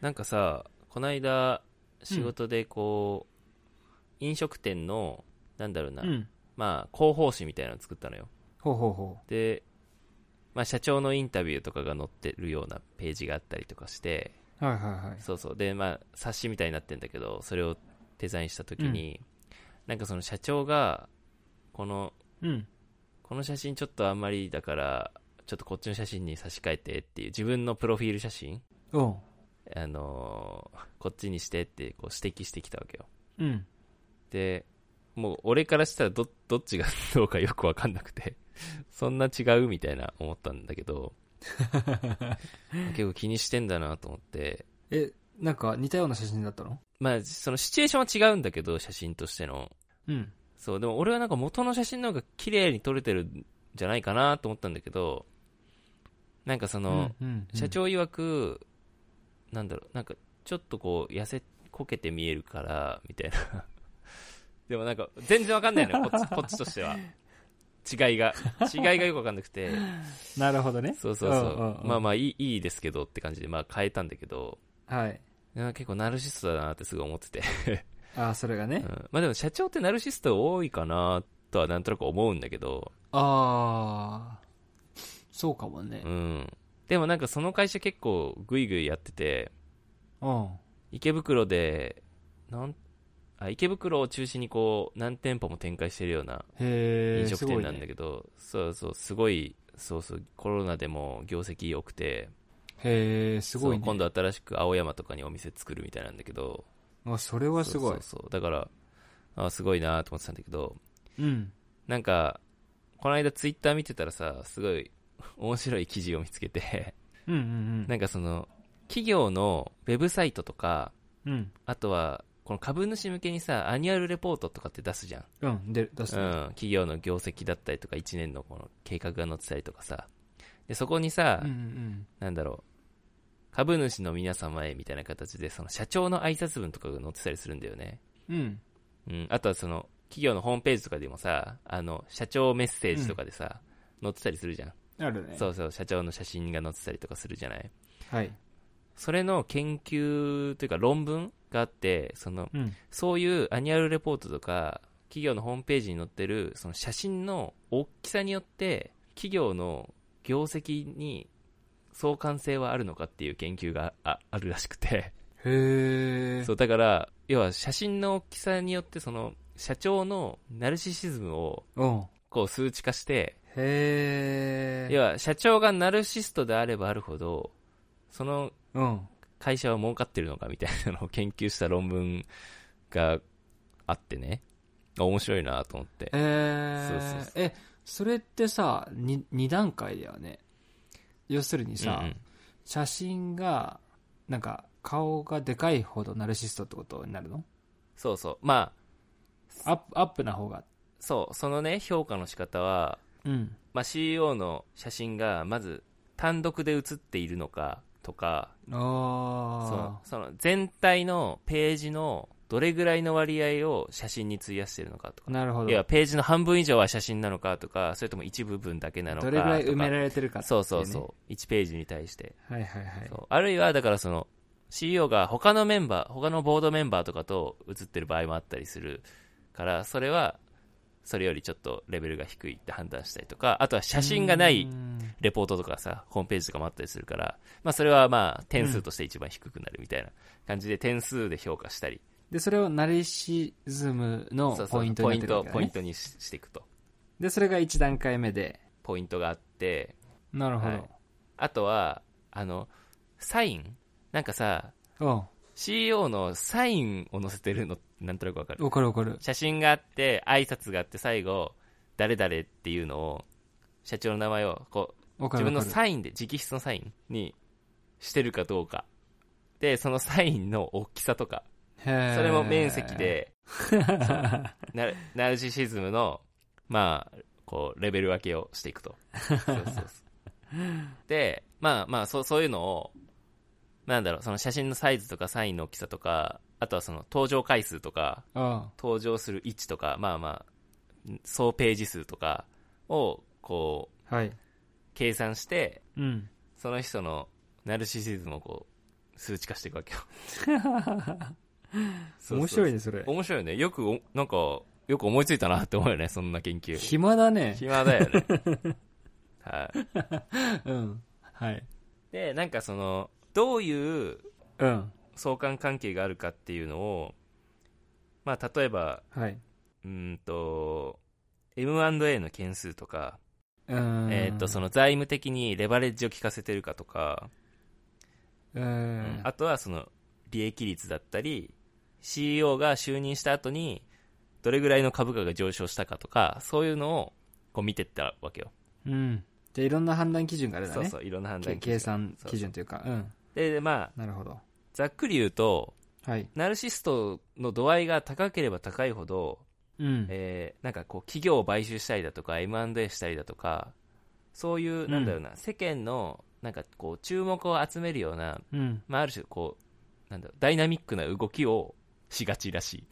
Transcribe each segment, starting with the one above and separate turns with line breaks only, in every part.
なんかさこの間仕事でこう、飲食店のなんだろうな、
うん。
まあ広報誌みたいなの作ったのよ
ほうほうほ
で、まあ、社長のインタビューとかが載ってるようなページがあったりとかして
う。はいはいはい。
そうそうでまあ冊子みたいになってんだけどそれをデザインした時に、なんかその社長がこの
うん。
この写真ちょっとあんまりだからちょっとこっちの写真に差し替えてっていう自分のプロフィール写真
おう。
あのーこっちにしてってこう指摘してきたわけよ
うん。
でもう俺からしたらどどっちが どうかよく分かんなくてそんな違うみたいな思ったんだけど結構気にしてんだなと思って
え、なんか似たような写真だったの
まあそのシチュエーションは違うんだけど写真としての
うん。
そうでも俺はなんか元の写真の方が綺麗に撮れてるんじゃないかなと思ったんだけどなんかその、
うんうんうん
社長曰く、なんだろう、なんかちょっとこう、痩せこけて見えるから、みたいな。 でもなんか、全然わかんないの よ、こっち、こっちとしては。違いが。違いがよくわかんなくて。
なるほどね。
そうそうそ
んん
う。
ん
まあまあいい、いいですけどって感じで、まあ変えたんだけど、
はい。
いや結構ナルシストだなってすごい思 ってて。
ああ、それが
う
ね。
んまあでも社長ってナルシスト多いかなとはなんとなく思うんだけど、
ああ、そうかも ね
う。ん。でもなんかその会社結構グイグイやってて、
うん。
池袋でなんあ池袋を中心にこう何店舗も展開してるような
へ
飲
え、
食
すご
店
い
なんだ
ね。
けど、そうそうすごいそうそうコロナでも業績良くて
へえ、すごい
そう今
ね。
度新しく青山とかにお店作るみたいなんだけど
あ、それはすごい
そう。そうそうだからあすごいなと思ってたんだけど
うん。
なんかこの間ツイッター見てたらさすごい面白い記事を見つけて
うんうん
なんかその企業のウェブサイトとか
うん。うん。
あとはこの株主向けにさアニュアルレポートとかって出すじゃん
うん、で、出す
う
ね。
ん、企業の業績だったりとか1年のこの計画が載ってたりとかさでそこにさ、
うんうん
なんだろう株主の皆様へみたいな形でその社長の挨拶文とかが載ってたりするんだよね、
うん。うん。
うん、あとはその企業のホームページとかでもさあの社長メッセージとかでさ、載ってたりするじゃん、
あるね。
そうそう社長の写真が載ってたりとかするじゃない
はい。
それの研究というか論文があってその
うん。
そういうアニュアルレポートとか、企業のホームページに載ってるその写真の大きさによって、企業の業績に相関性はあるのかっていう研究がああるらしくて、
へえ。
そうだから、要は写真の大きさによって、その社長のナルシシズムを
うん。
こう数値化して、
へ
要
え。
は社長がナルシストであればあるほど、その
うん。
会社は儲かってるのかみたいなのを研究した論文があってね、面白いなと思って。
え
そう
ー、
そうそう
えそれってさに2段階だよね要するにさ、
うんうん
写真がなんか顔がでかいほどナルシストってことになるの
そうそうまあ
アップアップな方が
そうそのね評価の仕方は
うん
まあ、CEO の写真がまず単独で写っているのかとかその
あ
その全体のページのどれぐらいの割合を写真に費やしてるのかと
あ
か
なるほ
いや
ど
ページの半分以上は写真なのかとかそれとも一部分だけなのか
ど
と
れ
か
ぐらい埋められてるかってい
そう
ね、
そうそう1ページに対して、
はいはいはい
そうあるいはだからその CEO が他のメンバー他のボードメンバーとかと写ってる場合もあったりするからそれはそれよりちょっとレベルが低いって判断したりとかあとは写真がな
う
い
ん
レポートとかさホームページとかもあったりするから、まあ、それはまあ点数として一番低くなるみたいな感じで点数で評価したり、
でそれをナルシズムの
そうそう
ポイント
ポ
にな
イン
ってるわ
ト
けだ、ね、
ポイントにししていくと
でそれが1段階目で
ポイントがあって
なるほ
はいあとはあのサインなんかさ
ど、
CEO のサインを載せてるのなんとなくわかる
うんわかるわかる
写真があって挨拶があって最後誰々っていうのを社長の名前をこう
わか
自
るわ
分の
かる
サインで直筆のサインにしてるかどうかでそのサインの大きさとか
へー
それも面積 でそうナルナルシシズムのまあこうレベル分けをしていくとそうそうそうでまあまあそうそういうのをなんだろうその写真のサイズとかサインの大きさとかあとはその登場回数とか
うん
登場する位置とか、まあまあ、総ページ数とかを、こう、
はい
計算して、
うん
その人のナルシシズムをこう、数値化していくわ けよ。そうそう
面白いね、それ。
面白いよね。よくお、なんか、よく思いついたなって思うよね、そんな研究。
暇だね。
暇だよね。 はい。
うん。はい。
で、なんかその、どういう
うん。
相関関係があるかっていうのを、まあ、例えば、
はい。
うーんと、M&A の件数とか、
うん。
えーっと、その財務的にレバレッジを効かせてるかとか、
う
うん
ん。
あとはその利益率だったり CEO が就任した後にどれぐらいの株価が上昇したかとかそういうのをこう見てったわけよ、
うん。で、いろんな判断基準があれだね。
そうそういろんな判断
け
基準
計算基準というか、うん。
ででまあ
なるほど。
ざっくり言うと
はい。
ナルシストの度合いが高ければ高いほど、
うん。
えーなんかこう企業を買収したりだとか M&A したりだとかそういう、
うん
なんだろうな世間のなんかこう注目を集めるような、
うん。
まあ、ある種こうなんだろうダイナミックな動きをしがちらしい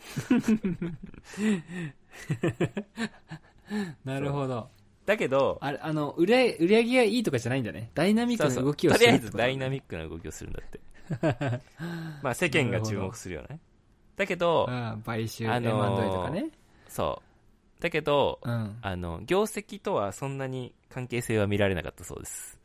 なるほど。
だけど
あれ、あの、売り上げ、売り上げがいいとかじゃないんだね。ダイナミックな動きを
そうそうと
する
りあ
っ
え
て
ず
こと
ダ
だね
イナミックな動きをするんだ ってまあ世間が注目するよねだけど、
うん。買収、
あ
M&A
のー
とかね。
そうだけど、
うん。
あの業績とはそんなに関係性は見られなかったそうです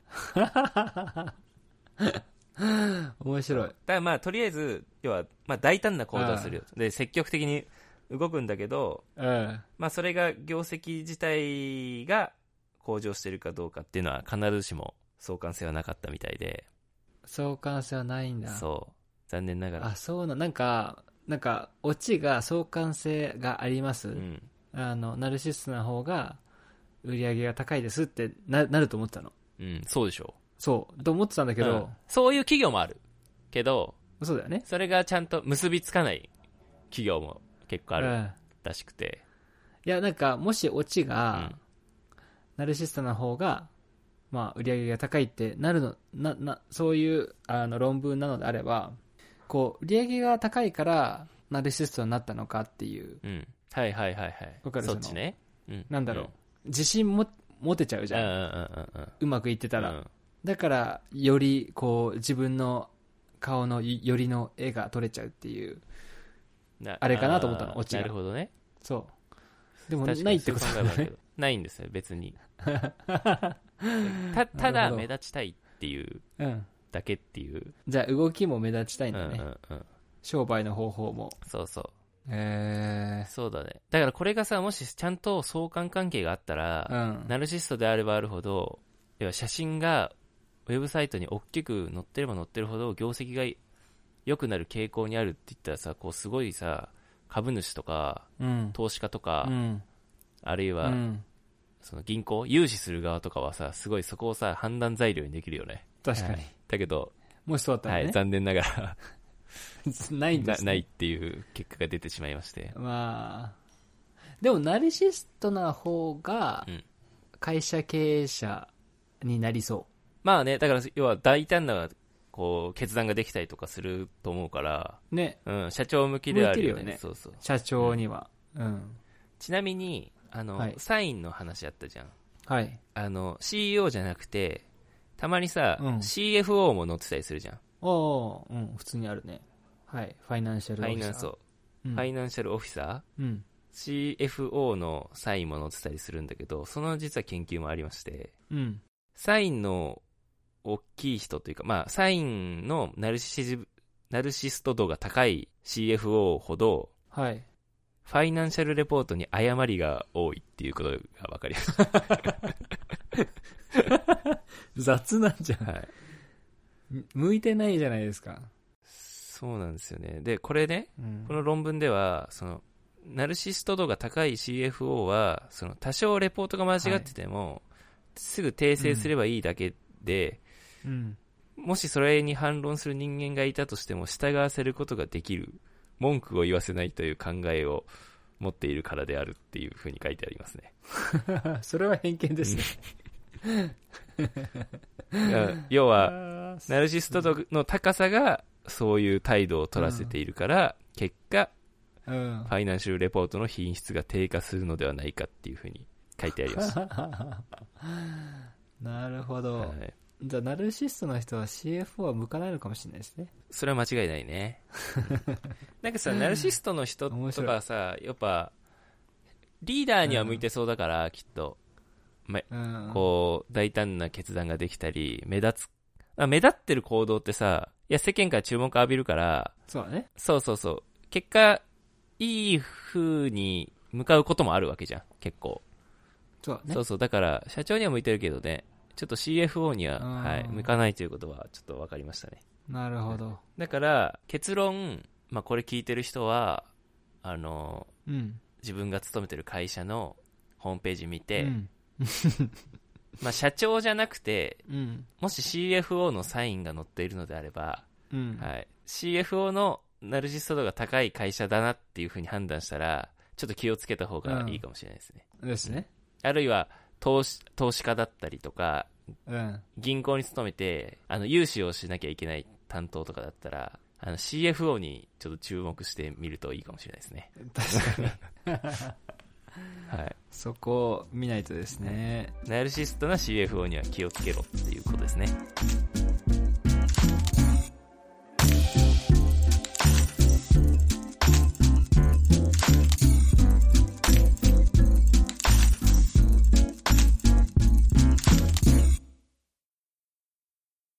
面白い。
だからまあとりあえず要は、まあ、大胆な行動をするよで積極的に動くんだけど、
うん。
まあ、それが業績自体が向上してるかどうかっていうのは必ずしも相関性はなかったみたいで
相関性はないんだ。
そう残念ながら
あ、そうな、なんか、なんか、オチが相関性があります。
うん
あの、ナルシストな方が、売り上げが高いですってななると思ってたの。
うん、そうでしょう
そう、と思ってたんだけ
う
ど
ん、そういう企業もあるけど
そうだよね。
それがちゃんと結びつかない企業も結構あ
う
る
ん
らしくて、
いや、なんか、もしオチ
うん
が、ナルシストな方が、まあ、売り上げが高いってなるの、な、な、そういう、あの、論文なのであれば、こう、売り上げが高いから、ナルシストになったのかっていう、
うんはいはいはいはい
わかる
そっちね、うん、
なんだろう、自信も持てちゃう
う
じ
んうんう
ゃん。
ん
う
うんうん
まくいってたら。
うん
だから、より、こう、自分の顔のよよりの絵が撮れちゃうっていう、
な
あれかなと思ったの
あー
オチが
なるほどね
そう。でも、
確かに
ないってこと
そ
だ
う考え
ね
たけ。どないんですよ別 にたた
なる
だ
ほど
目立ちたいっていう
うん。
だけっていう、
じゃあ動きも目立ちたい
うんんう
だね。
んうん、
商売の方法も。
そうそう
え
そうだねだからこれがさもしちゃんと相関関係があったら、
うん。
ナルシストであればあるほど、要は写真がウェブサイトに大きく載ってれば載ってるほど業績が良くなる傾向にあるって言ったらさ、こうすごいさ、株主とか
うん。
投資家とか、
うん。
あるいうは
ん。
その銀行、融資する側とかはさ、すごいそこをさ、判断材料にできるよね。
確かに。
だけど、
もしそうだった
は
ら
い、
ね。
残念ながら
ないんで
な、
すね
ないっていう結果が出てしまいまして。
まあ。でも、ナルシストな方が
うん、
会社経営者になりそ
まあね、だから要は大胆な、こう、決断ができたりとかすると思うから、
う。ね。
うん、社長向きではあるよ
向いてるよ
ね。
ね
そうそう。
社長には。うん。
ちなみにあの、
はい
サインの話あったじゃん
はい。
あの CEO じゃなくてたまにさ、
うん
CFO も載ってたりするじゃん
おおうん。普通にあるね。はい。ファイナンシャル
フ
オ
ァ
フ
イ
ィサ
ナ
ー
ンスを、
うん
ファイナンシャルオフィサ
うん。
ー CFO のサインも載ってたりするんだけどその実は研究もありまして
うん。
サインの大きい人というかまあサインのナルシシナルシスト度が高い CFO ほど
はい。
ファイナンシャルレポートに誤りが多いっていうことが分かりまし
雑なんじゃん
た、はい、
向いてないじゃないですか。
そうなんですよねでこれね
うん
この論文では、その、ナルシスト度が高い CFO は、その、多少レポートが間違ってても、すぐ訂正すればいいだけで、
うん。
もしそれに反論する人間がいたとしても、従わせることができる、文句を言わせないという考えを持っているからであるっていうふうに書いてありますね。
それは偏見ですね。
うん要は、
あー
ナルシスト度の高さが、そういう態度を取らせているから、結果、
うん
フ。ァイナンシャルレポートの品質が低下するのではないかっていうふうに書いてあります。
なるほど。
はい
じゃあ、ナルシストの人は CFO は向かないのかもしれないですね。
それは間違いない ね。なんかさ、ナルシストの人
面
と
白
かさ、やっぱ、リーダーには向いてそうだから、きっと、
うん。
こう、大胆な決断ができたり、目立つ、あ目立ってる行動ってさ、いや、世間から注目浴びるから、
そうだね。
そうそうそう。結果、いい風に向かうこともあるわけじゃん、結構。
そうだ
そ
ね。
うそう。だから、社長には向いてるけどね、ちょっと CFO には、
うん
はい、向かないということは、ちょっと分かりましたね。
なるほど。
だから、結論、まあ、これ聞いてる人は、あの、
うん。
自分が勤めてる会社のホームページ見て、
うん。
まあ、社長じゃなくて、
うん。
もし CFO のサインが載っているのであれば、
うん。
はい、CFO のナルシスト度が高い会社だなっていうふうに判断したら、ちょっと気をつけた方がいいかもしれないですね。
ですね。
あるいは投資、投資家だったりとか、
うん。
銀行に勤めて、あの、融資をしなきゃいけない担当とかだったら、あの、CFO にちょっと注目してみるといいかもしれないですね。
確かに。
はい。
そこを見ないとですね。
ナルシストな CFO には気をつけろっていうことですね。